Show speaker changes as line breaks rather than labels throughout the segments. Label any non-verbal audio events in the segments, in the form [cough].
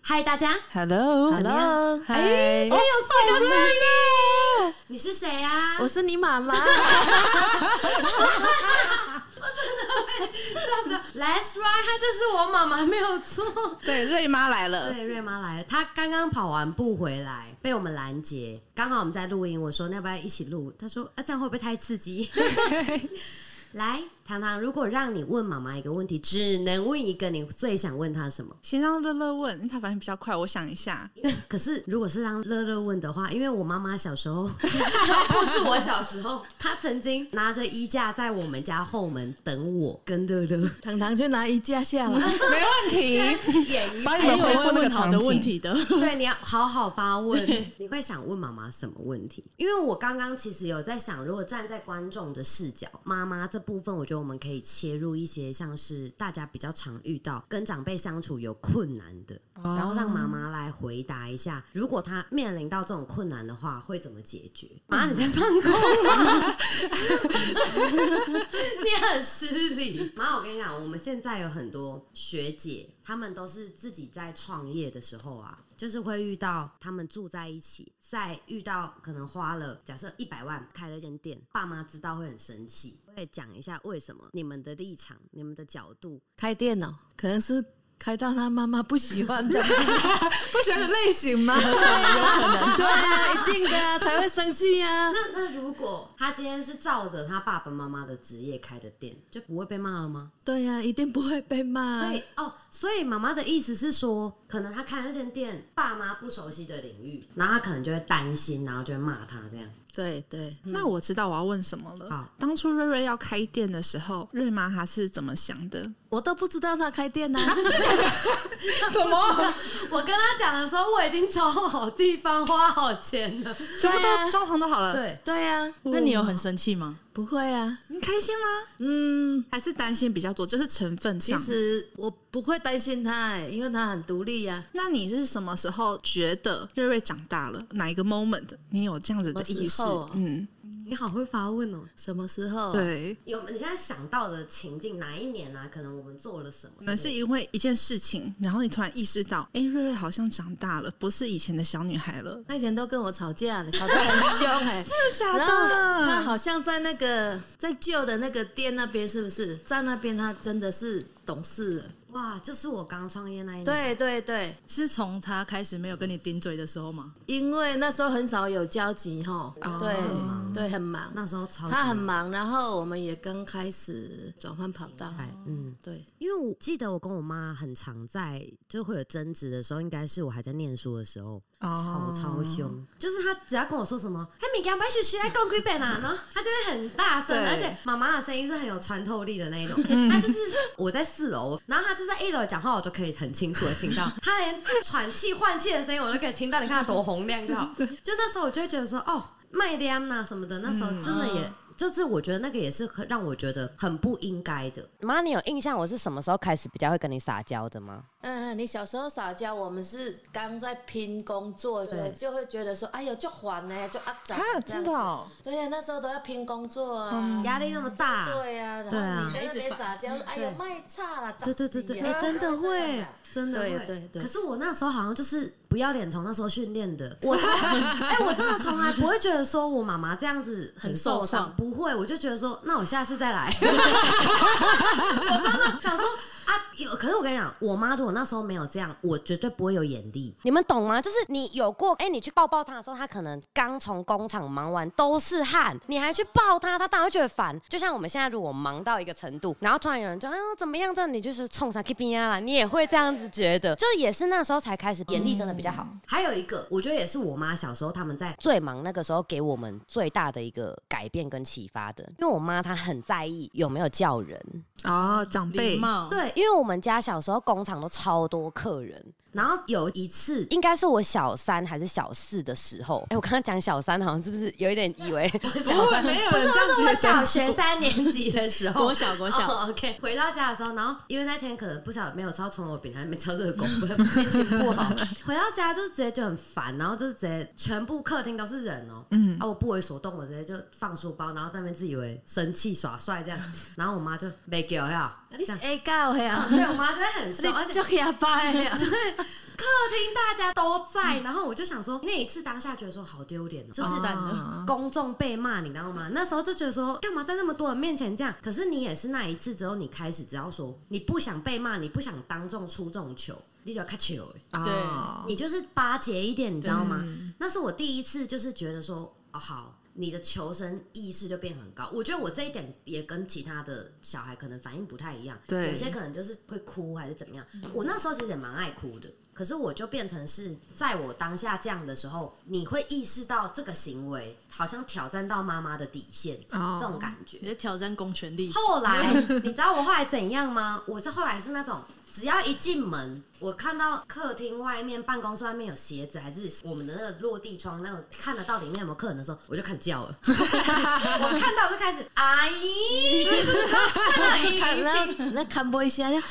嗨，大家，
Hello，Hello，
哎，
哦
今天有四个声音，哦你是谁啊？
我是你妈妈。
这样子，Let's right，她就是我妈妈，没有错。
[laughs] 对，瑞妈来 [laughs] 了。
[laughs] 对，瑞妈来了，她刚刚跑完步回来，被我们拦截。刚好我们在录音，我说那要不要一起录？她说啊，这样会不会太刺激？ [laughs] 来，糖糖，如果让你问妈妈一个问题，只能问一个，你最想问她什么？
先让乐乐问，因为他反应比较快，我想一下。
可是如果是让乐乐问的话，因为我妈妈小时候， [laughs] 不是我小时候， [laughs] 她曾经拿着衣架在我们家后门等我跟乐乐。
糖糖去拿衣架下哎来，
[laughs] 没问 [laughs] 题，
[laughs] 演
帮你
嗯还
们
有
恢复
会
那个
问好
场
的问
景。
题的，
对，你要好好发问。你会想问妈妈什么问题？因为我刚刚其实有在想，如果站在观众的视角，妈妈这部分，我觉得我们可以切入一些像是大家比较常遇到跟长辈相处有困难的，然后让妈妈来回答一下，如果她面临到这种困难的话，会怎么解决？妈，你在放空吗？ [laughs] 你很失礼。妈，我跟你讲，我们现在有很多学姐，她们都是自己在创业的时候啊，就是会遇到她们住在一起，再遇到可能花了假设一百万开了一间店，爸妈知道会很生气。我也讲一下为什么你们的立场、你们的角度，
开电脑，可能是开到他妈妈不喜欢
[laughs]
的， [laughs]
不喜欢的类型
[laughs]
吗？
对啊，一定的
[laughs]
啊，才会生气呀、啊。
那那如果他今天是照着他爸爸妈妈的职业开的店，就不会被骂了吗？
对呀、啊，一定不会被骂
所
啊。
以哦，所以妈妈的意思是说，可能他开那间店，爸妈不熟悉的领域，然后他可能就会担心，然后就会骂他这样。
对对，
那我知道我要问什么了
好。
当初瑞瑞要开店的时候，瑞妈她是怎么想的？
我都不知道他
[laughs]
开店呐、啊。
什
[laughs]
么？我跟他讲的时候，我已经找好地方，花好钱了。
全部
对啊
都装潢都好了，，
对，
对呀、啊，
那你有很生气吗？
不会啊。
你开心吗？
嗯，
还是担心比较多，这是成分
其
上。
实我不会担心他、欸，因为他很独立呀、啊。
那你是什么时候觉得瑞瑞长大了？哪一个 moment 你有这样子的
什么
意
时
识？
候啊
嗯，
你好会发问哦。
什么时候、啊？
对，
有你现在想到的情境，哪一年啊？可能我们做了什么？
可能是因为一件事情，然后你突然意识到，哎、瑞瑞好像长大了，不是以前的小女孩了。
他以前都跟我吵架的，吵得很凶哎、
假
然后他好像在那个在旧的那个店那边，是不是在那边？他真的是懂事了。
哇，就是我刚创业那一年。
对对对，
是从他开始没有跟你顶嘴的时候吗？
因为那时候很少有交集哈，对、对，很忙。
那时候超级
他很忙，然后我们也刚开始转换跑道。
嗨嗯。
对，
因为我记得我跟我妈很常在就会有争执的时候，应该是我还在念书的时候，吵
哦
超凶。就是她只要跟我说什么，哎，米干白雪雪来讲几遍啊， [laughs] 然后她就会很大声，
对
而且妈妈的声音是很有穿透力的那一 [laughs] 种。她就是我在四楼，然后她就在一楼讲话，我都可以很清楚的听到，她连喘气换气的声音我都可以听到，你看她多洪亮就 [laughs] 好。就那时候我就会觉得说，哦，麦亮啊什么的，那时候真的也。就是我觉得那个也是很让我觉得很不应该的。妈，你有印象我是什么时候开始比较会跟你撒娇的吗？
嗯，你小时候撒娇，我们是刚在拼工作，所以
对
就会觉得说，哎呦，就缓呢，就啊，长
啊，
这样
真
子
的、。哦，
对呀、那时候都要拼工作啊。
压力那么大，
对呀、
对
然
啊
后你在那边撒娇，哎呦
对
卖差了，
对对对对，
哎
哎、 [laughs] 真的会，真的会，
对对对
可是我那时候好像就是不要脸，从那时候训练的。 [laughs] 我从哎、我真的从来不会觉得说我妈妈这样子很受
很受
伤
伤，
不会，我就觉得说，那我下次再来。我真的想说。啊，有，可是我跟你讲，我妈如果那时候没有这样，我绝对不会有眼力。
你们懂吗？就是你有过，哎、你去抱抱他的时候，他可能刚从工厂忙完，都是汗，你还去抱他，他当然会觉得烦。就像我们现在如果忙到一个程度，然后突然有人说，哎呦怎么样？这样你就是冲上 K B 啊啦，你也会这样子觉得，就是也是那时候才开始眼力真的比较好。
嗯还有一个，我觉得也是我妈小时候他们在
最忙那个时候给我们最大的一个改变跟启发的，因为我妈她很在意有没有叫人，
哦，长
礼
辈，
貌，
对，因为我们家小时候工厂都超多客人，
然后有一次，
应该是我小三还是小四的时候。哎、我刚刚讲小三，好像是不是有一点以为
不会没有
不
人
是，
这
我
样
是
觉
我
得
小学三年级的时候，
国小国小，
哦 OK，回到家的时候，然后因为那天可能不晓得没有抄葱油饼，还没抄热狗，心情
[laughs]
不好。回到家就直接就很烦，然后就直接全部客厅都是人哦、
嗯
啊，我不为所动，我直接就放书包，然后在那边自以为生气耍帅这样，然后我妈就没给我呀，
你是 A 告的呀，啊
哦对我妈就会很
你
凶，而且 [laughs]
就哑巴的呀，啊 [laughs]
对，客厅大家都在，然后我就想说，那一次当下觉得说好丢脸哦，就是
是的
啊
公众被骂，你知道吗？那时候就觉得说，干嘛在那么多人面前这样？可是你也是那一次之后，你开始只要说你不想被骂，你不想当众出这种球，你就要看球、欸
啊
你就是巴结一点，你知道吗？那是我第一次就是觉得说，哦好，你的求生意识就变很高。我觉得我这一点也跟其他的小孩可能反应不太一样，
对
有些可能就是会哭还是怎么样。我那时候其实也蛮爱哭的。可是我就变成是在我当下这样的时候，你会意识到这个行为好像挑战到妈妈的底线，
哦
这种感觉
你。在挑战公权力，
后来你知道我后来怎样吗？ [laughs] 我是后来是那种。只要一进门，我看到客厅外面、办公室外面有鞋子，还是我们的那个落地窗那种，看得到里面有没有客人的时候，我就开始叫了。 [laughs] 我看到我就开始，阿姨，
看那那看播一下，阿姨呀、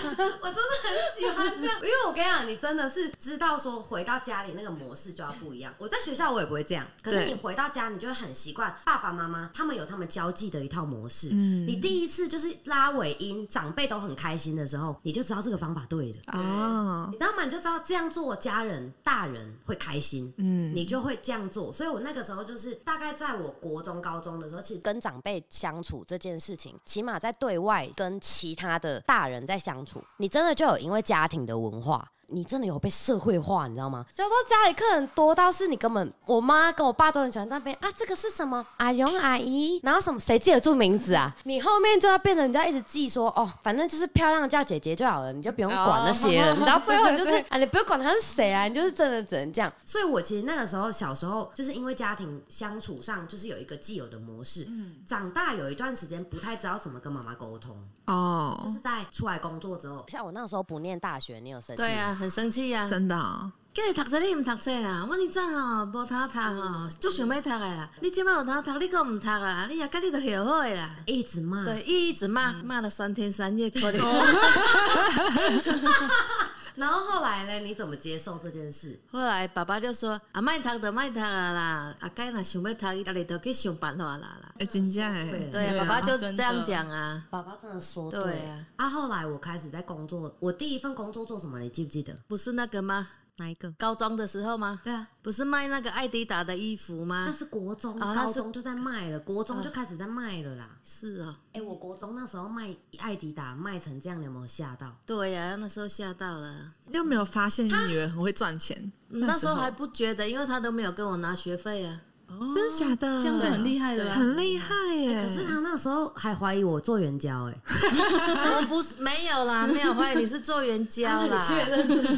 [laughs] 我真的很喜欢这样，因为我跟你讲，你真的是知道说回到家里那个模式就要不一样。我在学校我也不会这样，可是
对
你回到家，你就会很习惯爸爸妈妈他们有他们交际的一套模式。
嗯
你第一次就是拉尾音，长辈都很开心的时候，你就知道这个方法对的。
啊
你，知道吗？你就知道这样做，家人、大人会开心，
嗯
你就会这样做。所以我那个时候就是大概在我国中、高中的时候，其实
跟长辈相处这件事情，起码在对外跟其他的大人在相处，你真的就有因为家庭的文化，你真的有被社会化，你知道吗？小时候家里客人多到是你根本，我妈跟我爸都很喜欢在那边啊，这个是什么？阿勇阿姨，然后什么谁记得住名字啊？你后面就要变成你要一直记说哦，反正就是漂亮叫姐姐就好了，你就不用管那些人，然后最后你就是啊，你不用管他是谁啊，你就是真的只能这样。
所以我其实那个时候小时候，就是因为家庭相处上就是有一个既有的模式，
嗯
长大有一段时间不太知道怎么跟妈妈沟通，就
哦，
是在出来工作之后，
像我那时候不念大学，你有生气吗？
对啊，很生气啊！
真的啊
叫你读册，你毋读册啦！我你怎哦，无通读哦，足想要读的啦！你即摆有通读，你阁毋读啦！你也甲你都后悔的啦！
一直骂。
对，一直骂骂了三天三夜，可能。
哦然后后来呢？你怎么接受这件事？
后来爸爸就说：“啊，莫读就莫读啊啦，啊，该若想要读，伊家己就去想办法啦啦。
哎，真正哎，”
对
对啊，
对啊
爸爸就是
真的
这样讲啊。
爸爸真的说对
对啊，
啊，后来我开始在工作，我第一份工作做什么？你记不记得？
不是那个吗？
哪一个？
高中的时候吗？
对啊，
不是卖那个艾迪达的衣服
那
吗？
是国中、
啊那
高
是
中就在卖了，国
啊
中就开始在卖了啦。
是哦，
哎、我国中那时候卖艾迪达卖成这样，你有没有吓到？
对呀、那时候吓到了。
又没有发现你女儿很会赚钱，
嗯那时候还不觉得，因为他都没有跟我拿学费啊。 [laughs]
哦
真的假的？
这样就很厉害了啊。
很厉害耶！
可是他那时候还怀疑我做援交、 [laughs] 哎。
我不是没有啦，没有怀疑你是做援交啦，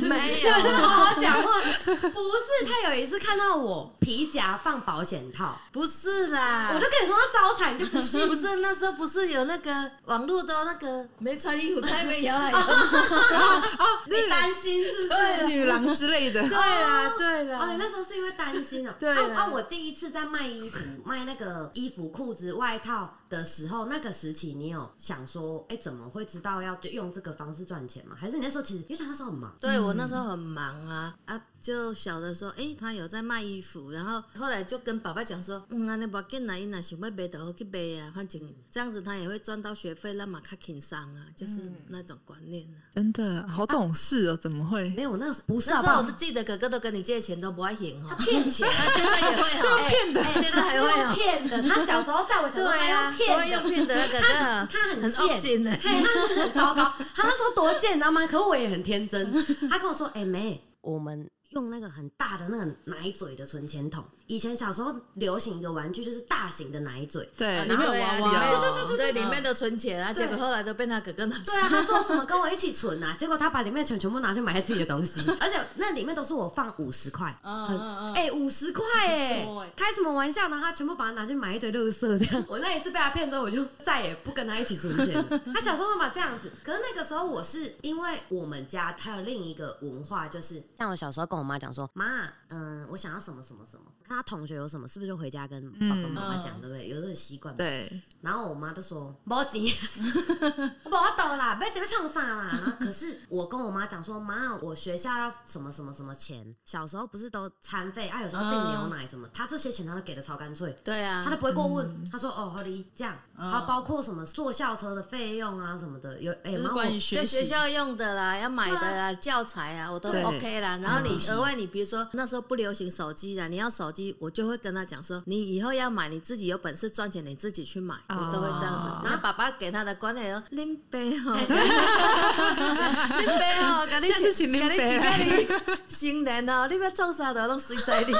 没有
对
啦，
好好讲话。不是，他有一次看到我皮夹放保险套，
不是啦，
[laughs] 我就跟你说他招财，你就不信。
不是那时候不是有那个网络的那个没穿衣服在那边摇来摇去， [laughs] 哦
你
啊
担心是不是？
女郎之类的，
对啦对
哦，你
啦，
那时候是因为担心 [laughs] 哦。
对
啊
啦
啊！我第一次在卖衣服、卖那个衣服、裤子、外套的时候，那个时期你有想说，哎，怎么会知道要用这个方式赚钱吗？还是你那时候其实，因为他那时候很忙，
对我那时候很忙啊啊，就晓得说，诶，他有在卖衣服，然后后来就跟爸爸讲说，嗯，安尼无要紧啦，伊若想要卖就好去卖啊，反正这样子他也会赚到学费，让马卡轻松啊，就是那种观念啊。
真的好懂事哦，怎么会？
没有，那时不是
那
好
时
不
候我
好
就？记得哥哥都跟你借钱都不爱还 [laughs] 哦，
骗钱，啊 [laughs]
他现在也会哦，
哎
骗的，
现在还会哦。
骗的。他小时候在我小时候
[laughs] 对
还
啊，
要
我会
骗
用
的，
骗的那个，
他他很欸
很
贱
恶劲的。
嘿，他是很糟糕。他那时候多贱，你知道吗？可我也很天 [laughs] 真。他跟我说：“哎、妹，我们用那个很大的那个奶嘴的存钱筒。以前小时候流行一个玩具，就是大型的奶嘴。
对，
啊
里面有娃娃，
对
对对对，里面都存钱啊，
对
结果后来都被他哥哥拿去
对。啊，他说什么跟我一起存 [laughs] 啊？结果他把里面的钱全部拿去买他自己的东 [laughs] 西，而且那里面都是我放五十块。
嗯
很
嗯嗯，
哎，五十块哎
很多欸，
开什么玩笑呢？他全部把它拿去买一堆垃圾这 [laughs] 样。我那一次被他骗之后，我就再也不跟他一起存 [laughs] 钱了。他小时候嘛这样子，可是那个时候我是因为我们家还有另一个文化，就是
像我小时候跟我妈讲说，
呃妈，嗯，我想要什么什么什么，那他同学有什么，是不是就回家跟爸爸妈妈讲，对不对？有这个习惯。
对，
然后我妈就说：“没钱， [laughs] 我不懂啦，别这边唱啥啦。”然后可是我跟我妈讲说：“妈，我学校要什么什么什么钱，小时候不是都餐费啊，有时候订牛奶什么，她这些钱她都给的超干脆。”
对啊
她都，不会过问，她说哦，好的，这样，
嗯
还有包括什么坐校车的费用啊什么的，有哎，
就是
妈
关于
我
学
就
习
学校用的啦，要买的啦，教材啊，我都
对
OK 啦。然后
嗯
你额外，你比如说那时候不流行手机啦，你要手机，我就会跟他讲说，你以后要买，你自己有本事赚钱，你自己去买，我都会这样子
哦。
然后爸爸给他的观念说，林北哦， [laughs] 林北哦，赶紧
下次请林北
请赶紧请你新人哦，你要做啥的，拢随在 [laughs] 你。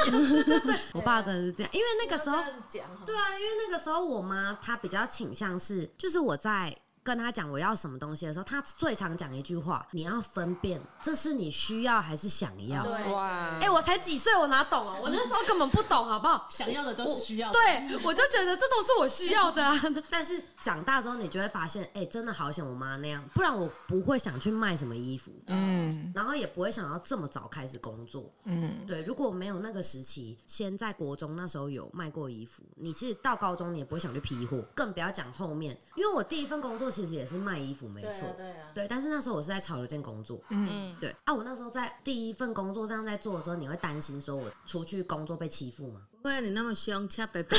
我爸真的是这样，因为那个时候
这样子讲哦哈
对啊，因为那个时候我妈她比较倾向是，就是我在跟她讲我要什么东西的时候，她最常讲一句话：你要分辨这是你需要还是想要。
对，
哇
哎、，我才几岁，我哪懂啊？我那时候根本不懂，好不好？
想要的都
我
是需要的，
对，我就觉得这都是我需要 [laughs] 的啊。但是长大之后，你就会发现，哎、真的好想我妈那样，不然我不会想去卖什么衣服，
嗯
然后也不会想要这么早开始工作。
嗯，
对，如果没有那个时期，先在国中那时候有卖过衣服，你其实到高中你也不会想去批货，更不要讲后面，因为我第一份工作其实也是卖衣服，没
对
错
啊，。对啊，
对，但是那时候我是在潮流店工作，
嗯，
对啊，我那时候在第一份工作这样在做的时候，你会担心说我出去工作被欺负吗？
不会你那么凶，恰北
[laughs]
北。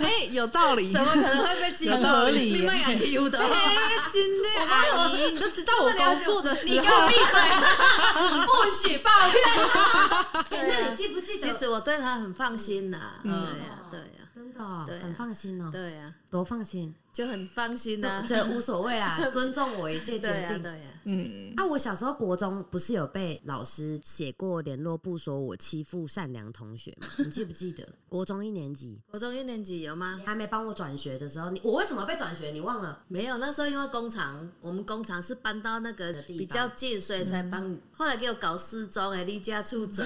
哎，有道理，
怎么可能会被欺负？
很合理耶
你们也欺负的。
真的阿姨，你都知道我工作的时候，
不许抱 [laughs] 怨。那你
对
记不记
其
得？
实我对他很放心呐，对
嗯
呀，对呀，
真的、哦
对，啊
很放心哦，
对呀，
多放心，
就很放心呐。
啊对，无所谓 [laughs] 啦，尊重我一切决
对呀，
定。
对呀，
嗯，
啊，我小时候国中不是有被老师写过联络簿，说我欺负善良同学吗？你记不记得？国中一年级
国中一年级有吗
你？还没帮我转学的时候，你我为什么被转学？你忘了？
没有，那时候因为工厂，我们工厂是搬到那个
地方
比较近，所以才帮
嗯
你。后来给我搞失踪哎，离家出
[laughs]
走，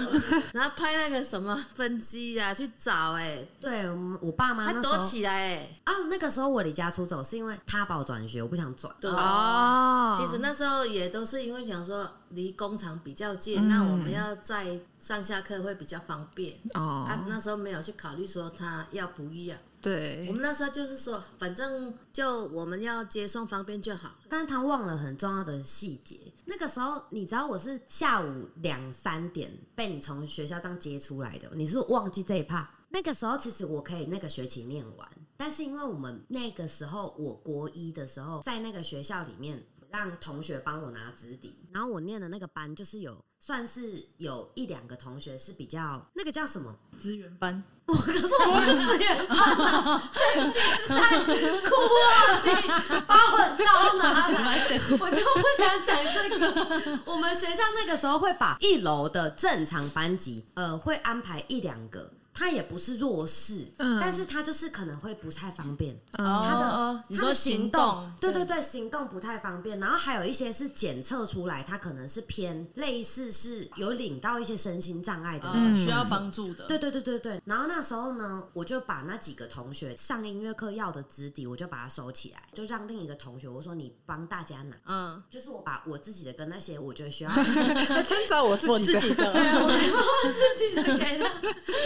然后派那个什么分机啊去找哎，
对，我们我爸
啊
妈
还
那时
躲
候
起来哎。
啊，那个时候我离家出走是因为他把我转学，我不想转。
对
哦，
其实那时候也都是因为想说离工厂比较近，那我们要在上下课会比较方便。啊，
哦，
那时候没有去考虑说他要不要。我
对
们，那时候就是说，反正就我们要接送方便就好了。
但是他忘了很重要的细节。那个时候，你知道我是下午两三点被你从学校这样接出来的，你是不是忘记这一趴？那个时候其实我可以那个学期念完，但是因为我们那个时候我国一的时候，在那个学校里面让同学帮我拿纸笛，然后我念的那个班就是有算是有一两个同学是比较那个叫什么？
资源班，
我可是我不是资源班啊，你是在哭啊！你把我刀拿来。我就不想讲这个。我们学校那个时候会把一楼的正常班级，呃，会安排一两个。他也不是弱势，
嗯
但是他就是可能会不太方便，
哦
他的、
哦你
他的
说
行
行动嗯
对对对，行动不太方便。然后还有一些是检测出来，他可能是偏类似是有领到一些身心障碍的那种
嗯，需要帮助的，
对对对对对。然后那时候呢，我就把那几个同学上音乐课要的纸底，我就把它收起来，就让另一个同学，我说你帮大家拿。
嗯，
就是我把我自己的跟那些我觉得需要
参照我
我
自
自己 [laughs]
啊 [laughs]
的
自己的给他，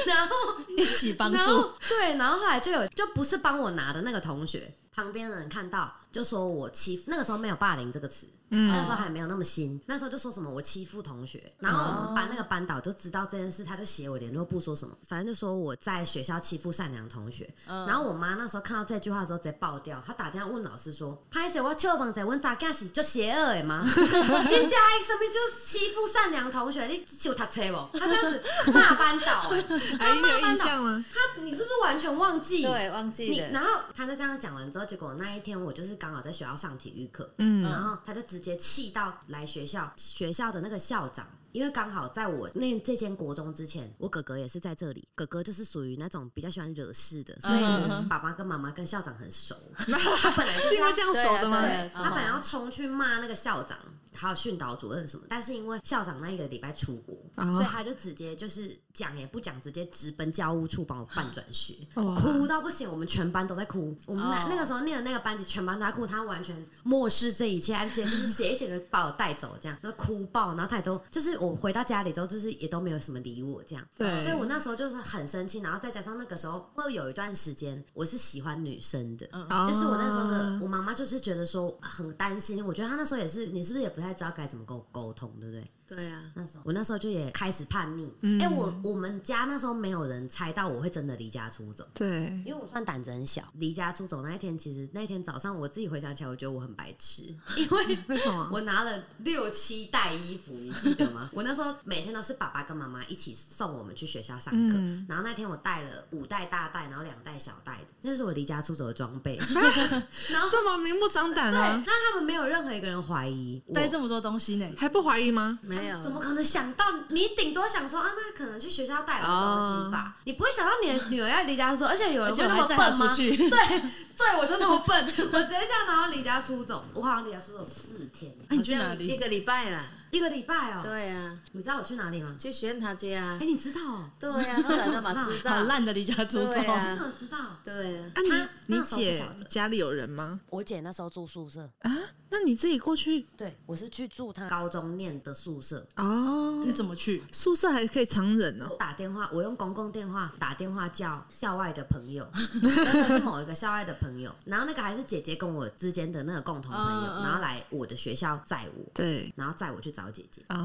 然后
一起帮
然
助
后，对，然后后来就有就不是帮我拿的那个同学，旁边的人看到就说我欺负，那个时候没有霸凌这个词。
嗯
那时候还没有那么新，那时候就说什么我欺负同学，然后我们班那个班导就知道这件事，他就写我联络簿说什么，反正就说我在学校欺负善良同学。然后我妈那时候看到这句话的时候直接爆掉，她打电话问老师说：“拍谁我笑棒在问查干是就邪恶的 [laughs] 吗？你下一什么就是欺负善良同学，你就读册不？”她这样子骂班导、欸，
阿姨你有印象吗？
他，你是不是完全忘记？
对，忘记
你
了。
然后他就这样讲完之后，结果那一天我就是刚好在学校上体育课，
嗯
然后他就直接气到来学校，学校的那个校长，因为刚好在我那这间国中之前，我哥哥也是在这里，哥哥就是属于那种比较喜欢惹事的，所以
嗯
爸爸跟妈妈跟校长很熟，他本来就是
因为
要
这样
对
熟
啊
的吗？
对啊
他本来要冲去骂那个校长，还有训导主任什么，但是因为校长那一个礼拜出国，
哦
所以他就直接就是讲也不讲，直接直奔教务处帮我办转学，
啊哇
啊哭到不行，我们全班都在哭。我们那、
哦
那个时候念的那个班级，全班都在哭，他完全漠视这一切，他就直接就是写一写的把我带走，这样，然后哭爆，然后他也都就是我回到家里之后，就是也都没有什么理我这样。
对
所以我那时候就是很生气，然后再加上那个时候会有一段时间我是喜欢女生的，就是我那时候
啊
的我妈妈就是觉得说啊很担心，我觉得她那时候也是，你是不是也不太知道该怎么跟我沟通，对不对？
对啊，
那时候我那时候就也开始叛逆，哎、我我们家那时候没有人猜到我会真的离家出走。
对，
因为我算胆子很小，离家出走那一天，其实那一天早上我自己回想起来，我觉得我很白痴，因为
为什么？
我拿了六七袋衣服，你记得吗？我那时候每天都是爸爸跟妈妈一起送我们去学校上课，
嗯
然后那天我带了五袋大袋，然后两袋小袋的，那是我离家出走的装备。然后
这么明目张胆啊
对，，那他们没有任何一个人怀疑我
带这么多东西呢，
还不怀疑吗？
没有，
怎么可能想到？你顶多想说啊，那可能去学校带我的东
哦
西吧。你不会想到你的女儿要离
[laughs]
家出走，而且有人
哦而
会
且我
那
还
么
载她
笨
出
吗？
去，
对，对我就那么笨， [laughs] 我直接这样然后离家出走。我好像离家出走四天，
哎
好
你去哪
像一
里？
个礼拜啦，
一个礼拜哦、
对啊，
你知道我去哪里吗？
去选他家
哎、，你知道哦、
对啊，后来都嘛知
[laughs] 好
道，
烂的离家出走
对，
你怎
啊，
么知道？
对啊，
啊
他
你你
那时候不
姐
晓得
家里有人吗？
我姐那时候住宿舍，
啊，那你自己过去
对我是去住她，
高中念的宿舍，
哦
你，怎么去？
宿舍还可以藏人哦呢、
哦
我打电话，我用公共电话打电话叫校外的朋
[laughs]
友，真的是某一个校外的朋友，然后那个还是姐姐跟我之间的那个共同朋友，
嗯嗯
然后来我的学校载我，
对
然后载我去找姐
[laughs]
姐。
啊，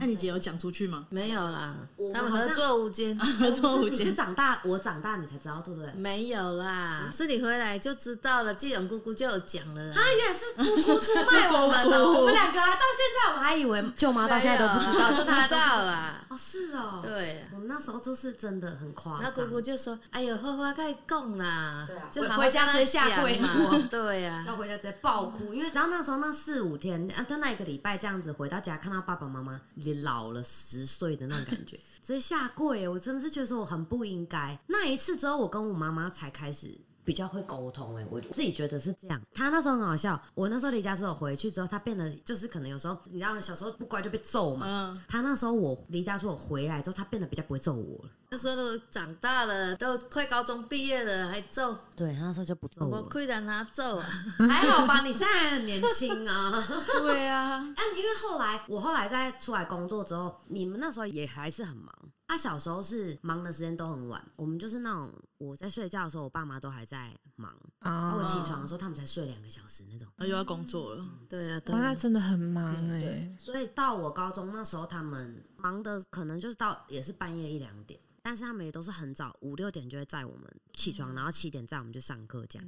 那你姐有讲出去吗？
没有啦
我，
他们
好
合
像
作无
[laughs]
间，
合作无
你是
间，
长大，我长大你才知道，对不对？
没有啦，
嗯
是你回来就知道了，季勇姑姑就有讲了啊，
她原来是姑姑出卖我们的，
[laughs]
我们两个啊，到现在我还以为舅妈到现在都不知道，
没
就
有啦
是她
[laughs]
知
都
道
[laughs]
啦，
哦，是哦，，
对啊。
我们那时候就是真的很夸
那
张，
姑姑就说：“哎呦，花花该供啦，
哦啊
就好
回
好
回家
跟
直接
她
下跪
讲嘛， [laughs] 对啊呀、
要回家直接爆哭，因为然后那时候那四五天，啊，就那一个礼拜这样子回到家，看到爸爸妈妈也老了十岁的那种感觉，直接下跪，欸我真的是觉得说我很不应该。那一次之后，我跟我妈妈才开始。比较会沟通哎、我自己觉得是这样。她那时候很好笑，我那时候离家之后回去之后，她变得就是可能有时候你知道小时候不乖就被揍嘛。
嗯，
她那时候我离家之后回来之后，她变得比较不会揍我了。
那时候都长大了，都快高中毕业了，还揍，
对她那时候就不揍
我
哦
我。
亏让他揍
[laughs]
啊！
还好吧，你现在还很年
[laughs]
轻啊。
对啊，
但因为后来我后来在出来工作之后，你们那时候也还是很忙。啊，小时候是忙的时间都很晚，我们就是那种我在睡觉的时候，我爸妈都还在忙，然后我
啊，
起床的时候他们才睡两个小时那种。
那又要工作了，
对呀、啊，对
哇，
啊
那真的很忙哎、
所以到我高中那时候，他们忙的可能就是到也是半夜一两点，但是他们也都是很早五六点就会载我们起床，然后七点载我们去上课这样。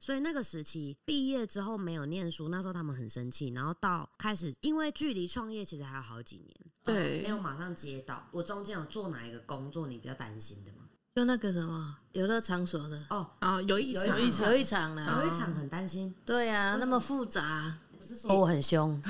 所以那个时期毕业之后没有念书，那时候他们很生气，然后到开始因为距离创业其实还有好几年。没
对
有马上接到。我中间有做哪一个工作你比较担心的吗？
就那个什么游乐场所的
哦，
啊，有一
有一
有一场啦，
有一场很担心，
对呀、啊，那么复杂，
不是
说哦
说
我很
[laughs]
凶，
你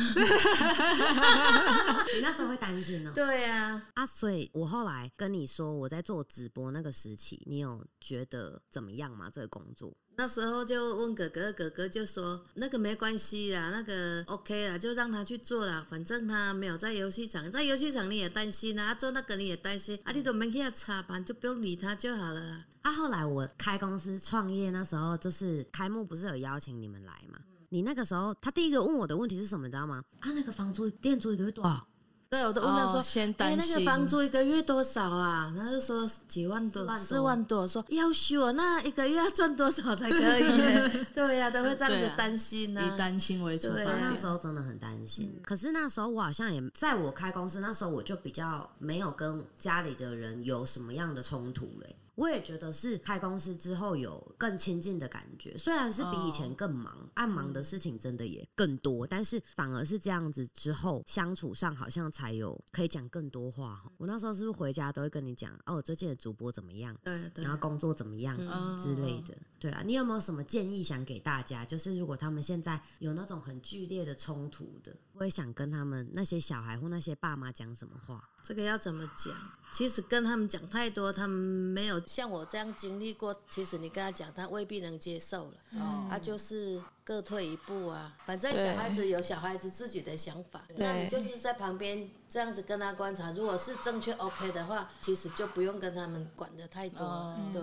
那时候会担心哦。
对呀、
啊，所以我后来跟你说我在做直播那个时期，你有觉得怎么样吗？这个工作？
那时候就问哥哥，哥哥就说那个没关系啦，那个 OK 啦，就让他去做啦，反正他没有在游戏场，在游戏场你也担心啊，啊做那个你也担心啊，你都没给他插班，就不用理他就好了啊、
啊，后来我开公司创业那时候，就是开幕不是有邀请你们来吗？你那个时候，他第一个问我的问题是什么，你知道吗？啊，那个房租店租一个月多少？
对，我都问他说，
哦先
哎、
担
那
心
个房租一个月多少啊？他就说几万多，
四
四
万
万多。我说要修啊，那一个月要赚多少才可以耶？对啊呀、都会这样子担心啊呢、
以担心为出发
对
我
啊
那
点
时，候真的很担心，可是那时候我好像也在我开公司那时候，我就比较没有跟家里的人有什么样的冲突嘞、我也觉得是开公司之后有更亲近的感觉，虽然是比以前更忙，按、忙的事情真的也更多，但是反而是这样子之后相处上好像才有可以讲更多话哦。我那时候是不是回家都会跟你讲哦，我最近的主播怎么样，
对对
然，后工作怎么样，
嗯
之类的。对啊，你有没有什么建议想给大家？就是如果他们现在有那种很剧烈的冲突的，我也想跟他们那些小孩或那些爸妈讲什么话？
这个要怎么讲？其实跟他们讲太多，他们没有像我这样经历过，其实你跟他讲，他未必能接受了。哦，啊，就是各退一步啊，反正
对
小孩子有小孩子自己的想法，那你就是在旁边这样子跟他观察，如果是正确 OK 的话，其实就不用跟他们管的太多了。对，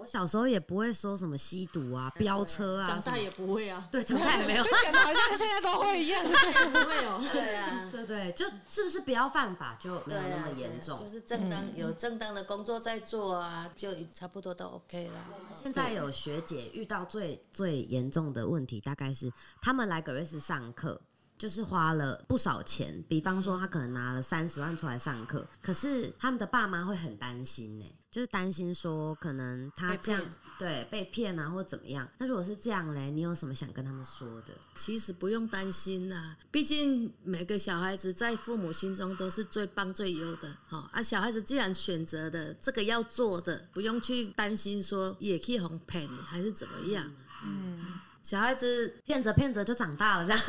我小时候也不会说什么吸毒啊、飙车啊什么，
长大也不会啊，
对，长大也
[laughs]
没有。
讲的好像现在都会一样。
不会哦。
对啊。
对对，就是不是不要犯法就没
对
有
啊，
那么
对啊
严重。
就是正当有正当的工作在做啊，就差不多都 OK 了。
现在有学姐遇到最最严重的问题，大概是他们来格瑞斯上课，就是花了不少钱，比方说他
嗯
可能拿了三十万出来上课，可是他们的爸妈会很担心呢、欸就是担心说可能他
被
这样
骗
对被骗啊或怎么样。那如果是这样嘞，你有什么想跟他们说的？
其实不用担心啦、毕竟每个小孩子在父母心中都是最棒最优的。好、啊，小孩子既然选择的这个要做的，不用去担心说也可以哄骗你还是怎么样。
嗯，
小孩子
骗着骗着就长大了，这样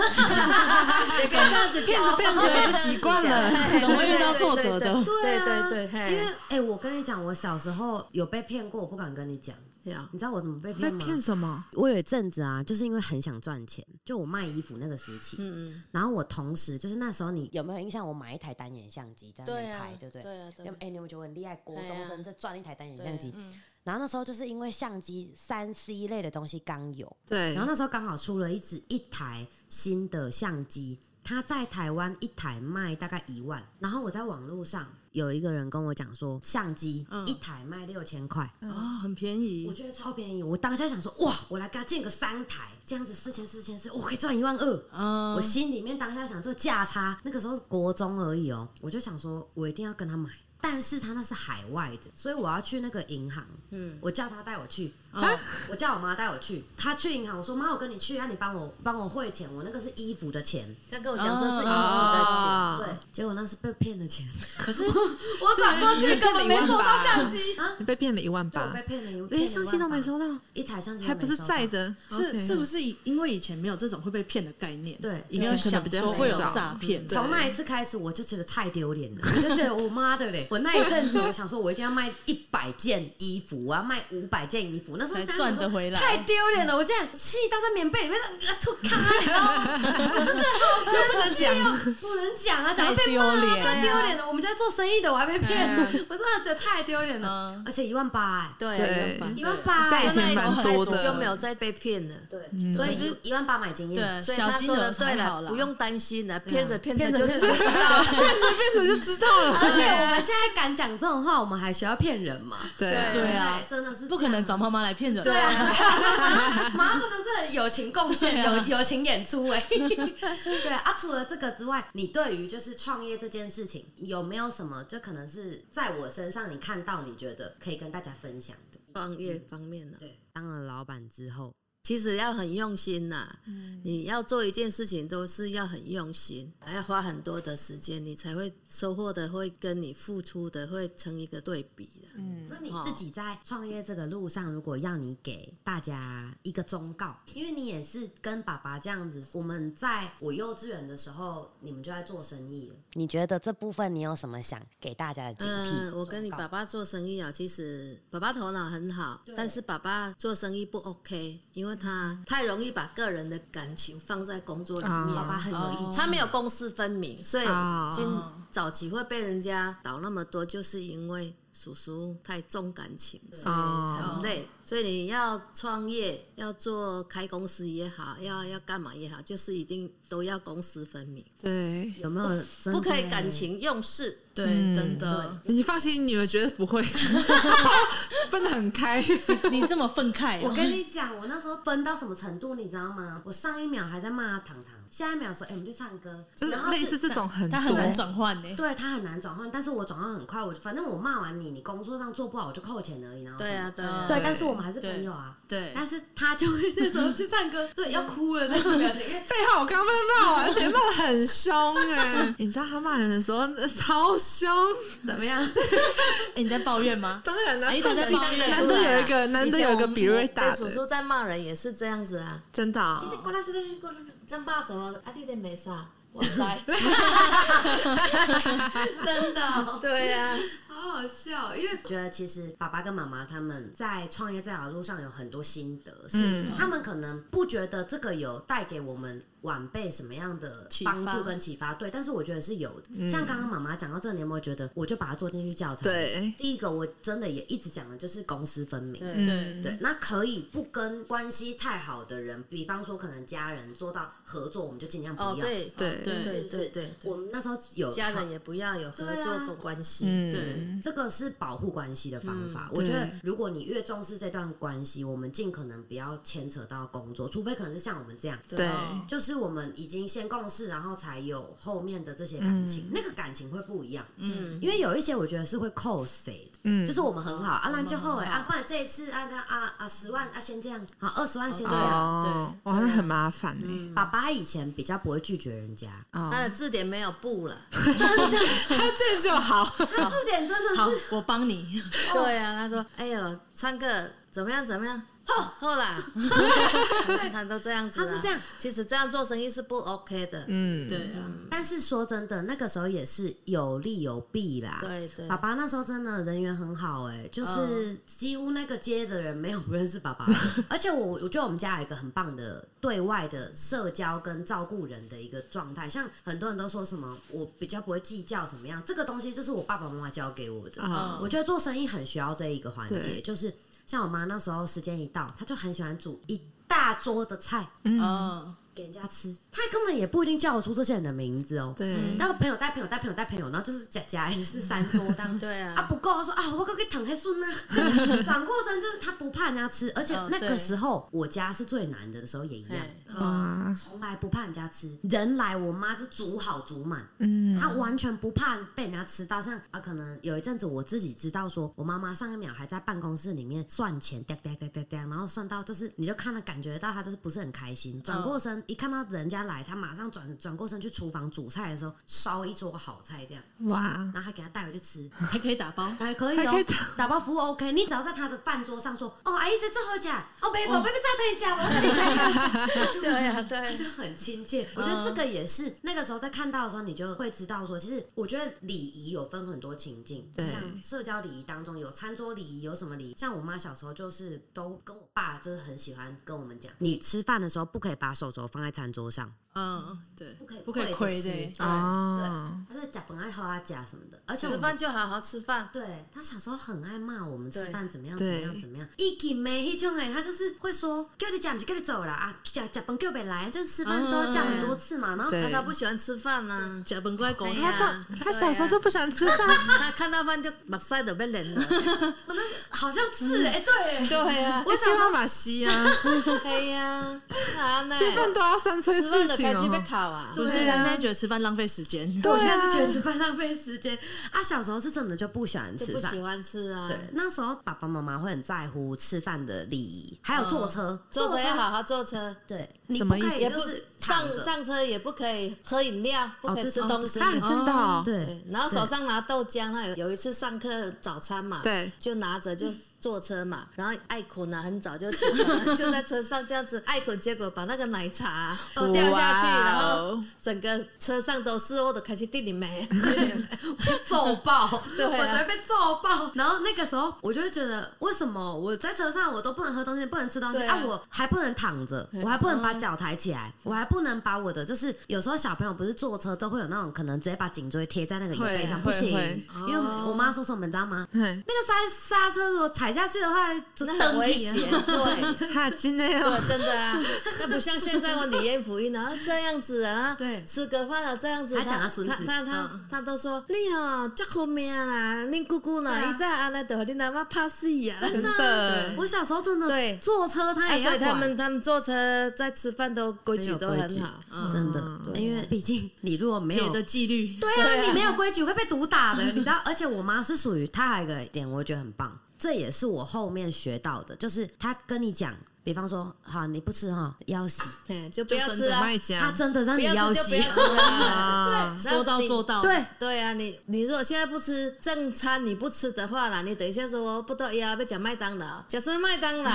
也可以
[laughs]
这样子骗着骗
着就习
[laughs]
惯了
总会遇到挫折的
对啊对
[laughs]
对，
因为
嘿，
哎、我跟你讲，我小时候有被骗过，我不敢跟你讲。
对啊
你知道我怎么被
被
骗吗？
骗什么？
我有一阵子啊，就是因为很想赚钱，就我卖衣服那个时期，
嗯
然后我同时就是那时候你
有没有印象？我买一台单眼相机在
嗯，
那
对
边
啊
拍，，对不对？
对啊，对
因
啊
为，哎，你们觉得我很厉害，国
对
中
啊
生在赚一台单眼
对啊嗯
相机，然后那时候就是因为相机三 C 类的东西刚有，
对
然后那时候刚好出了一只一台新的相机，它在台湾一台卖大概一万，然后我在网络上有一个人跟我讲说，相机
嗯
一台卖六千块。
啊，很便
我
宜，
觉得超便宜，我当下想说，哇，我来跟他建个三台，这样子四千四千四，我可以赚一万二。
嗯
我，心里面当下想，这个价差，那个时候是国中而已哦，我就想说，我一定要跟他买。但是他那是海外的，所以我要去那个银行，
嗯，
我叫他带我去，
哦
啊
我叫我妈带我去。他去银行，我说妈，我跟你去啊，你帮我帮我汇钱，我那个是衣服的钱，
他跟我讲说是衣服的钱，
啊，
对，结果那是被骗的钱，
可是
我转过去根本没收到相
机，
你嗯被骗了一万
对我
八
啊被，骗了一，
连相机都没收
到，
到，
一台相机都
还不是
没收到
在，的，
是是不
是？
是以因为以前没有这种会被骗的概念？
对。
以
没有
前可能
想
比较
说会有
少
诈骗，
对
从那一次开始，我就觉得太丢脸了，我就觉得我妈的嘞！ [laughs] 我那一阵子，我想说，我一定要卖一百件衣服，我要卖五百件衣服，那时候
才
三
赚得回来
太丢脸了！我竟然气到在棉被里面呃吐咖喱，我真的好不能讲，不能讲
[laughs]
啊，讲到被骂啊
太丢脸
太丢脸了！我们家做生意的我还被骗
对啊，
我真的觉得太丢脸了
嗯，
而且一万八哎，
对
对
啊，有吧
一万八
在
哎，
就那
以前
一次
蛮
开
多
始
的
就没有再被骗了。
对，所以一万八买经验
对，，
所以
小
他
金
说
额
的对
才好
了，
啦
不用担心了，
对啊
骗着骗着就自己知道
骗着就知道了，
而且我们现在敢讲这种话，我们还需要骗人吗？
[laughs] 对，
对啊，
真的是
不可能
找。
找妈妈来骗人，
对
[laughs]
啊，妈真的是很友情贡献，
啊
有友情演出哎、对啊，除了这个之外，你对于就是创业这件事情有没有什么，就可能是在我身上你看到你觉得可以跟大家分享的？
创业方面呢、
对，当了老板之后，
其实要很用心呐、你要做一件事情都是要很用心，还要花很多的时间，你才会收获的会跟你付出的会成一个对比的。
嗯
那你自己在创业这个路上，如果要你给大家一个忠告，因为你也是跟爸爸这样子，我们在我幼稚园的时候，你们就在做生意了，
你觉得这部分你有什么想给大家的警
嗯，
呃
惕？
我跟你爸爸做生意啊，其啊实爸爸头脑很好，但是爸爸做生意不 OK，因为他太容易把个人的感情放在工作里面。
爸爸
啊
很有义
哦
气，
他没有公私分明，所以
啊
今早期会被人家倒那么多，就是因为叔叔太重感情，所以哦
哦啊嗯
很累。所以你要创业，要做开公司也好，要要干嘛也好，就是一定都要公私分明，
对。
有没有
[laughs]
真
不可
的
以感情用事。
对，真的，
你放心，女儿绝对不 [laughs] 会，分得很开。
你这么愤慨哦，
我跟你讲，我那时候分到什么程度，你知道吗？我上一秒还在骂糖糖，下一秒说：“哎、我们去唱歌。”
就是
然后
类似这种很
他很难
多，
转换呢，
对他很难转换，但是我转换很快。我反正我骂完你，你工作上做不好，我就扣钱而已。然后
对
哦
啊，对啊，
对，
对
但是我们还是朋友啊。
对，
但是他就会那时候去唱
嗯
歌，对，要哭了那种表情，因为
废话，我刚刚被骂完，而且骂的很凶哎、 [laughs] 你知道他骂人的时候超凶，
怎么样？
哎，你在抱怨吗？
当然了，
哎他在
超级
抱怨
难得有一个，难得有一个比瑞
对
大
叔
的，
叔在骂人也是这样子
[laughs]
啊。
真的哦、
今天过来，今天过来，真爸什么？啊，弟弟没啥，我在。
真的哦、
对呀、啊
好好笑，因为觉得其实爸爸跟妈妈他们在创业这条路上有很多心得，是
嗯
他们可能不觉得这个有带给我们晚辈什么样的
启发
帮助跟启发，对，但是我觉得是有的。
嗯
像刚刚妈妈讲到这里，你有没有觉得我就把它做进去教材？，
对，
第一个我真的也一直讲的就是公私分明。
对
嗯，
对，那可以不跟关系太好的人，比方说可能家人做到合作，我们就尽量不要。
哦，对
对
对
对对对
我
对，
们那时候有
家
好
人也不要有合
对啊
作关系，
嗯，
这个是保护关系的方法。
嗯
我觉得
对，
如果你越重视这段关系，我们尽可能不要牵扯到工作，除非可能是像我们这样，
[laughs] 对，
啊
哦
就是我们已经先共事，然后才有后面的这些感情，
嗯
那个感情会不一样。
嗯，
因为有一些我觉得是会扣谁的，
嗯，
就是我们很好，啊，那就后悔
我们很好
啊，不然这一次啊，那啊啊十万啊先这样，好二十万先这样。
哦，哇，那很麻烦哎，
爸爸以前比较不会拒绝人家，
他
哦，
的字典没有不了，
他这就好，
他啊这点真的
好，我帮你。
对啊，他说，哎呦，川哥怎么样怎么样，好，好啦，他都这样子，
他是这样，
其实这样做生意是不 OK 的，
嗯，
对啊，
但是说真的，那个时候也是有利有弊啦。
对对
爸爸那时候真的人缘很好哎、就是几乎那个接的人没有不认识爸爸的，而且我我觉得我们家有一个很棒的对外的社交跟照顾人的一个状态，像很多人都说什么我比较不会计较什么样，这个东西就是我爸爸妈妈教给我的。
啊
我觉得做生意很需要这一个环节，
对
就是像我妈那时候时间一到，她就很喜欢煮一大桌的菜
嗯，
给人家吃，她根本也不一定叫得出这些人的名字哦。
对，
然后朋友带朋友带朋友带朋友，然后就是假假就是三桌这样
对
啊
啊，
不够，他说啊，我可以躺黑顺啊，转过身就是他不怕人家吃，而且
嗯
那个
对
时候我家是最难的的时候也一样，
嗯
嘿
哦
哇，
从来不怕人家吃，人来我妈是煮好煮满，
嗯，
她完全不怕被人家吃到，像啊可能有一阵子我自己知道说，我妈妈上一秒还在办公室里面算钱，哒哒哒哒哒，然后算到就是你就看了感觉到她就是不是很开心，转过身一看到人家来，她马上转转过身去厨房煮菜的时候烧一桌好菜这样，
哇，
然后还给她带回去吃，
还可以打包。
还可以、哦，
还可以
打包服务 OK，你只要在他的饭桌上说，哦，阿姨在这好假，哦，贝宝贝贝这等你讲，我 [laughs] 跟你讲，
对啊对嗯
就很亲切。我觉得这个也是那个时候在看到的时候，你就会知道说，其实我觉得礼仪有分很多情境，
对
像社交礼仪当中有餐桌礼仪，有什么礼仪？像我妈小时候就是都跟我爸就是很喜欢跟我们讲，你吃饭的时候不可以把手肘放在餐桌上，
嗯，对，
不可以
不可以亏的欸
跪着吃。
哦，
她就讲本爱喝啊假什么的，而且我
吃
们
饭就好好吃饭，
对他小时候很爱骂我们吃
对
饭怎么样怎
对
么样怎么样，一起没一种哎，他就是会说叫你讲就叫你走了啊，讲讲本叫别来，就是吃饭都要叫很多次嘛，然后
对
啊他不喜欢吃饭呐，
假本怪狗
哎
他
呀
不，他小时候就不想吃饭，
他看到饭就目屎都被淋了，
我那好像是哎、对
嗯对啊
我喜欢马西啊，
[laughs] 哎呀，啊呢，
吃饭都要三催
吃饭
四
就
请
开始被
哦，
烤啊，
不是，他现在觉得吃饭浪费时间。
对
我现在是觉得
啊，
吃饭浪费时间 [laughs] 啊，小时候是真的就不喜欢
就
吃
不
饭
喜。欢吃啊
对，，那时候爸爸妈妈会很在乎吃饭的礼仪，还有坐车，
坐车要好好坐车。
对，你
什
不
么
可
意思
以
也
就
不
是躺
上
着
上车也不可以喝饮料，不可以
对
吃
哦
东西。
啊，真的哦，
对
对，然后手上拿豆浆，那有有一次上课早餐嘛，
对
就拿着就坐车嘛，然后艾坤呢很早就起床了， [laughs] 就在车上这样子，艾坤结果把那个奶茶都掉下去，
哇
然
哦
后整个车上都是，我都开始地里没，
揍爆，
对啊
我直接被揍爆。然后那个时候，我就会觉得，为什么我在车上我都不能喝东西，不能吃东西
对嗯
啊
啊
我还不能躺着，我还不能把脚抬起来，我还不能把我的就是有时候小朋友不是坐车都会有那种可能直接把颈椎贴在那个椅背上，
会
不行
会，
因为
哦
我妈说什么你知道吗？
嗯，
那个刹刹车如果踩下去的话，真的
那很危险，对。
哈，今天哦，
对，真的啊，那不像现在我女艳福音，然后这样子啊，
对
吃个饭了这样子，
还讲他孙子
他他他
嗯
他都说你哦，这好命啦，你姑姑
对啊
呢，一再安那的，你阿妈怕死啊呀。
真
啊
对
[laughs]
的，
我小时候真的
对
坐车，他
啊，
也要
所以
管、
他们他们坐车在吃饭都规矩都
很
很
有
好，
嗯
真的，
对
因为毕竟 [laughs] 你如果没有
铁的纪律。
对啊，你没有规矩会被毒打
[laughs]
的，你知道？而且我妈是属于她还有一个点，我觉得很棒，这也是我后面学到的，就是她跟你讲。比方说，好你不吃哈，要洗，
嘿，就不
就
要
真
吃
的
啊，
卖
他
家，
真的让
不
你
要吃就不
洗
要，吃啊，
啊
对，
说到
那你
做到，
对，
[laughs] 对啊，你你如果现在不吃正餐，你不吃的话啦，你等一下说哦我不得呀，要讲麦当劳，讲什么麦当劳？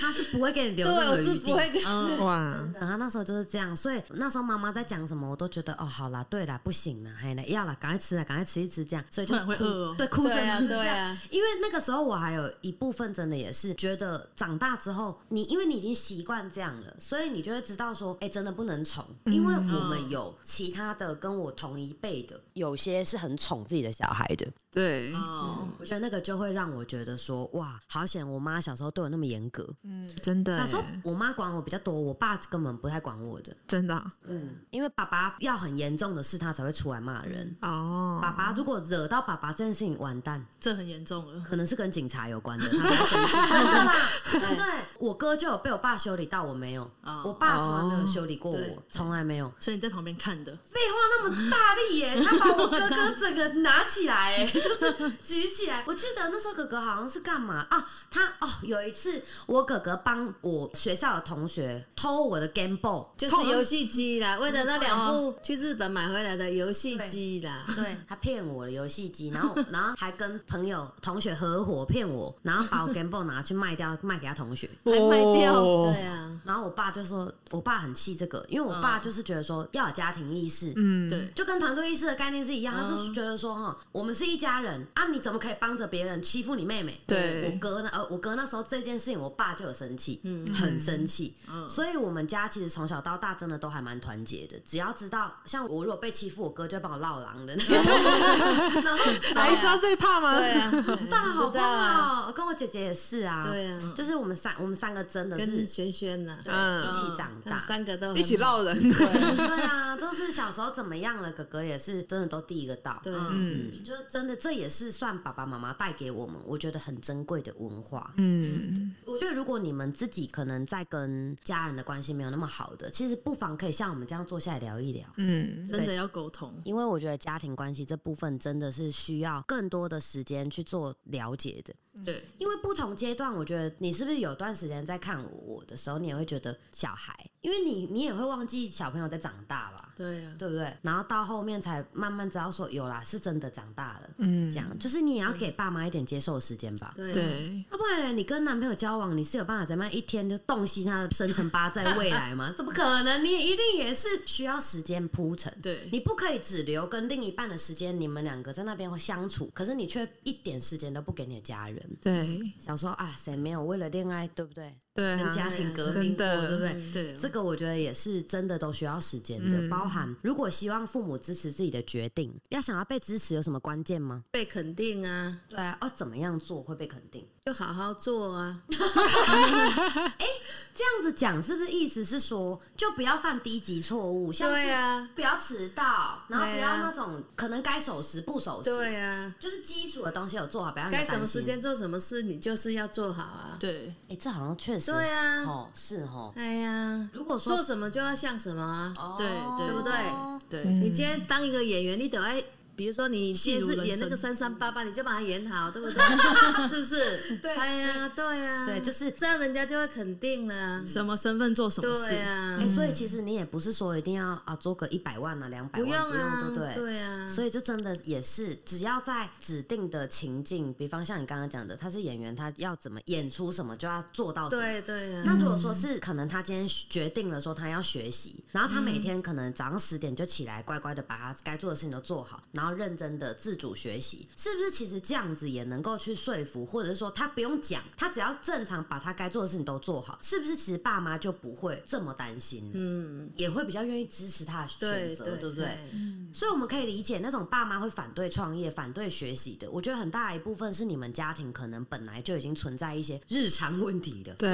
他是不会给你留
[laughs] 对，
任何
我是
余
不
地。
会跟。
哇，
然后那时候就是这样，所以那时候妈妈在讲什么，我都觉得哦，好啦，对啦，不行啦，还啦，要啦，赶快吃啦，赶快吃一吃这样，所以就
不然会
哭
饿哦
对，哭着
对啊
吃
对啊
这样因为那个时候我还有一部分真的也是觉得长大之后，你因为你已经习惯这样了，所以你就会知道说，哎、真的不能宠，因为我们有其他的跟我同一辈的，有些是很宠自己的小孩的，
对，
哦，
我觉得那个就会让我觉得说，哇，好险，我妈小时候对我那么严格，
真的
小
欸，
时候我妈管我比较多，我爸根本不太管我的。
真的啊
嗯，因为爸爸要很严重的事，他才会出来骂人。
哦，
爸爸如果惹到爸爸这件事情，完蛋，
这很严重了。
可能是跟警察有关的，他才会生气
啊
真的啦， [laughs]
[laughs]
对不对？我哥就有被我爸修理到，我没有，
哦
我爸从来没有修理过
对
我，从来没有。
所以你在旁边看的，
废话那么大力
[laughs]
耶、他把我哥哥整个拿起来、耶，就是举起来。我记得那时候哥哥好像是干嘛啊？他哦，有一次我哥哥帮我学校的同学偷我的 Game Boy，
就是游戏机啦，为了那两部去日本买回来的游戏机啦，
对 [laughs] 他骗我的游戏机，然后然后还跟朋友同学合伙骗我，然后把我 Game Boy 拿去卖掉，卖给他同学。
还卖掉
哦
对啊， [laughs]
然后我爸就说，我爸很气这个，因为我爸就是觉得说要有家庭意识，
嗯，
对，
就跟团队意识的概念是一样，他是觉得说哈，我们是一家人啊，你怎么可以帮着别人欺负你妹妹？
对
我哥呢，呃，我哥那时候这件事情，我爸就有生气，
嗯
很生气，所以我们家其实从小到大真的都还蛮团结的，只要知道像我如果被欺负，我哥就会帮我闹狼的那
[laughs] 哦
种，然后
来，知道最怕吗？
啊对啊，对
大好棒
知道啊，
哦，跟我姐姐也是啊，
对啊，
就是我们三我们三个真的是
跟
一
轩轩呐，
嗯，
起长
他
大
们。三个都很
一起闹人，
[laughs] 对啊，就是小时候怎么样了，哥哥也是真的都第一个到。
对，
嗯
就真的，这也是算爸爸妈妈带给我们，我觉得很珍贵的文化。
嗯，
我觉得如果你们自己可能在跟家人的关系没有那么好的，其实不妨可以像我们这样坐下来聊一聊。
嗯，
真的要沟通。
因为我觉得家庭关系这部分真的是需要更多的时间去做了解的，
对，
因为不同阶段，我觉得你是不是有段时间在看我的时候，你也会觉得小孩，因为你你也会忘记小朋友在长大吧，
对啊，
对不对？然后到后面才慢慢知道说，有啦，是真的长大了，
嗯
这样就是你也要给爸妈一点接受的时间吧。
对啊，
对，
要不然呢？你跟男朋友交往，你是有办法怎么样一天就洞悉他的生辰八字在未来吗？ [laughs] 怎么可能？你一定也是需要时间铺陈。
对
你不可以只留跟另一半的时间，你们两个在那边会相处，可是你却一点时间都不给你的家人。
对，
想说啊，谁没有为了恋爱，对不对？
对
跟
啊，
家庭革
真
命过，
的
对不对？嗯
对啊，
这个我觉得也是真的都需要时间的，包含如果希望父母支持自己的决定，要想要被支持有什么关键吗？
被肯定啊，
对啊，哦，怎么样做会被肯定？
就好好做啊，
这样子讲是不是意思是说，就不要犯低级错误，像
对
是
啊，
不要迟到，然后不
对
要
啊
那种可能该守时不守时，
对啊，
就是基础的东西有做好，不要让
该
人家
什么
担心
时间？做什么事，你就是要做好啊，
对，
哎、这好像确实，
对啊
哦，是哦。
哎呀，
如果说
做什么就要像什么啊，
哦
对对
对不对？
对，
嗯
你今天当一个演员，你得爱，比如说你今天
戏
是
如人
演那
生
个三三八八，你就把它演
[laughs]
好，对不对？是不是？对，哎呀，对呀，
对就是
这样，人家就会肯定了。
什么身份做什么
对啊
事，
呀
哎、，所以其实你也不是说一定要啊做个一百万啊两百
不
万，
用啊
对不，对？
对呀，
所以就真的也是，只要在指定的情境，比方像你刚刚讲的，他是演员，他要怎么演出什么，就要做到什么。
对对啊呀，
那如果说是可能他今天决定了说他要学习，然后他每天可能早上十点就起来，乖乖的把他该做的事情都做好，然后认真的自主学习，是不是？其实这样子也能够去说服，或者是说他不用讲，他只要正常把他该做的事情都做好，是不是？其实爸妈就不会这么担心，
嗯，
也会比较愿意支持他的选
对
择，对
对
不对？？所以我们可以理解那种爸妈会反对创业、反对学习的，我觉得很大一部分是你们家庭可能本来就已经存在一些日常问题的，
对，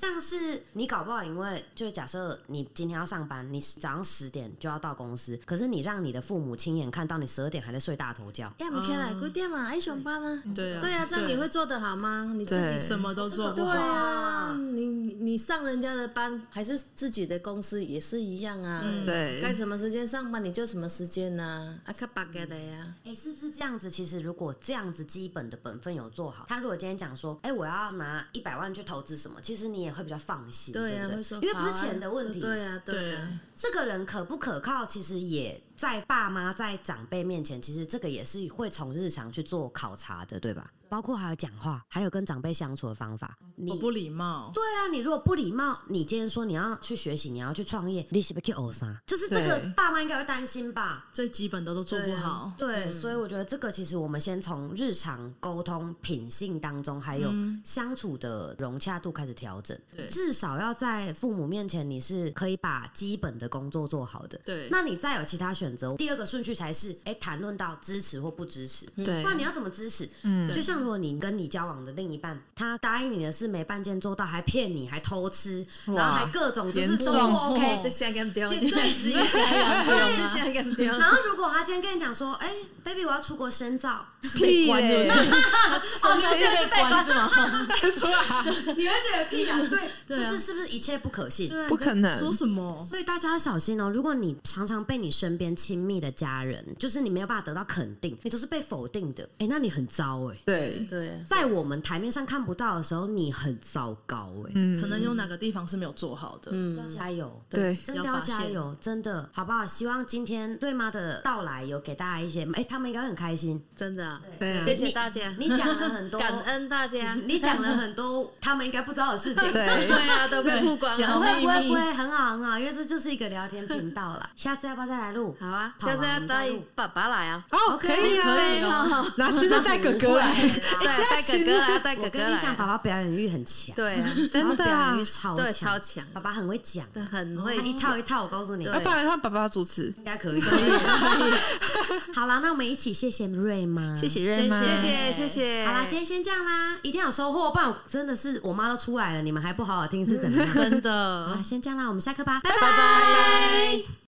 像是你搞不好因为就假设你今天要上班，你早上十点就要到公司，可是你让你的父母亲眼看到你十二点还在睡大头觉。
要么起来几点嘛？还上班啊？
对啊，
对啊，这样你会做得好吗？你自
对
己
什么都做不
对
好。
啊，你你你上人家的班还是自己的公司也是一样啊。
嗯对
该什么时间上班你就什么时间呐、啊，啊，卡巴给的呀。
哎、是不是这样子？其实如果这样子基本的本分有做好，他如果今天讲说，哎、我要拿一百万去投资什么，其实你也会比较放心，
对呀、
不
会
对
说
因为不是
好啊
钱的问题，
对呀、对啊
对
呀、
这个人可不可靠，其实也在爸妈在长辈面前，其实这个也是会从日常去做考察的，对吧？包括还有讲话，还有跟长辈相处的方法。你
我不礼貌，
对啊，你如果不礼貌，你今天说你要去学习，你要去创业，你是不是去偶啥？就是这个
对
爸妈应该会担心吧？
最基本的都做不好。
对，所以我觉得这个其实我们先从日常沟通、品性当中，还有相处的融洽度开始调整。
嗯对
至少要在父母面前，你是可以把基本的工作做好的。
对
那你再有其他选择，第二个顺序才是哎，谈论到支持或不支持。
嗯
对
不然你要怎么支持？
嗯
就像如果你跟你交往的另一半，他答应你的事没半件做到，还骗你，还偷吃，
哇
然后还各种就是都不
严重
OK，
这下干掉，
对
你再试一下干掉，这下干掉。
然后如果他今天跟你讲说，哎、b a b y 我要出国深造，
[laughs]
屁嘞，
哦，有些人是被关
是吗？
出来
你会觉得屁啊，对，
对啊
就是是不是一切不可信？
对啊
不可能
说什么？
所以大家要小心哦！如果你常常被你身边亲密的家人，就是你没有办法得到肯定，你都是被否定的，哎、那你很糟哎、
对，
对，
在我们台面上看不到的时候，你很糟糕哎、
嗯
可能有哪个地方是没有做好的。
要
嗯，
加油！
对
真的
要
要
发
加
现
油，真的好不好？希望今天瑞妈的到来有给大家一些，哎、他们应该会很开心。
真的啊，
对啊
谢谢大家，
你讲了很多，
感恩大家。
你讲了很多他们应该不知道的事情。
[laughs]
对
对啊，都被曝光
对 [laughs]
了。
小
不会不会
秘密
不会，很好很好，因为这就是一个聊天频道啦。下次要不要再来录？
好啊，
跑
下次
完我
要
们再
带
录
爸爸来啊。
哦，可
哎
以
对
啊，
[laughs]
哦，
哪次再带哥哥来？ [laughs] 哎
对啊，带哥哥来，带哥
我
哥
跟你讲，
来。
爸爸表演欲很强， [laughs]
对啊，
真的
爸爸表
啊
演欲，超
对，
强
超，强，
爸爸很会讲，
对，很
他
会
一套一套，我告诉你，
对
要不然让爸爸主持，
应该可以。 [laughs] 好啦，那我们一起谢谢瑞妈，
谢。谢瑞妈，
谢谢谢谢。
好啦，今天先这样啦，一定要有收获，不然我真的是我妈都出来了，你们还不好好听是怎么样？
真
好
的
啦，。先这样啦，我们下课吧，拜拜。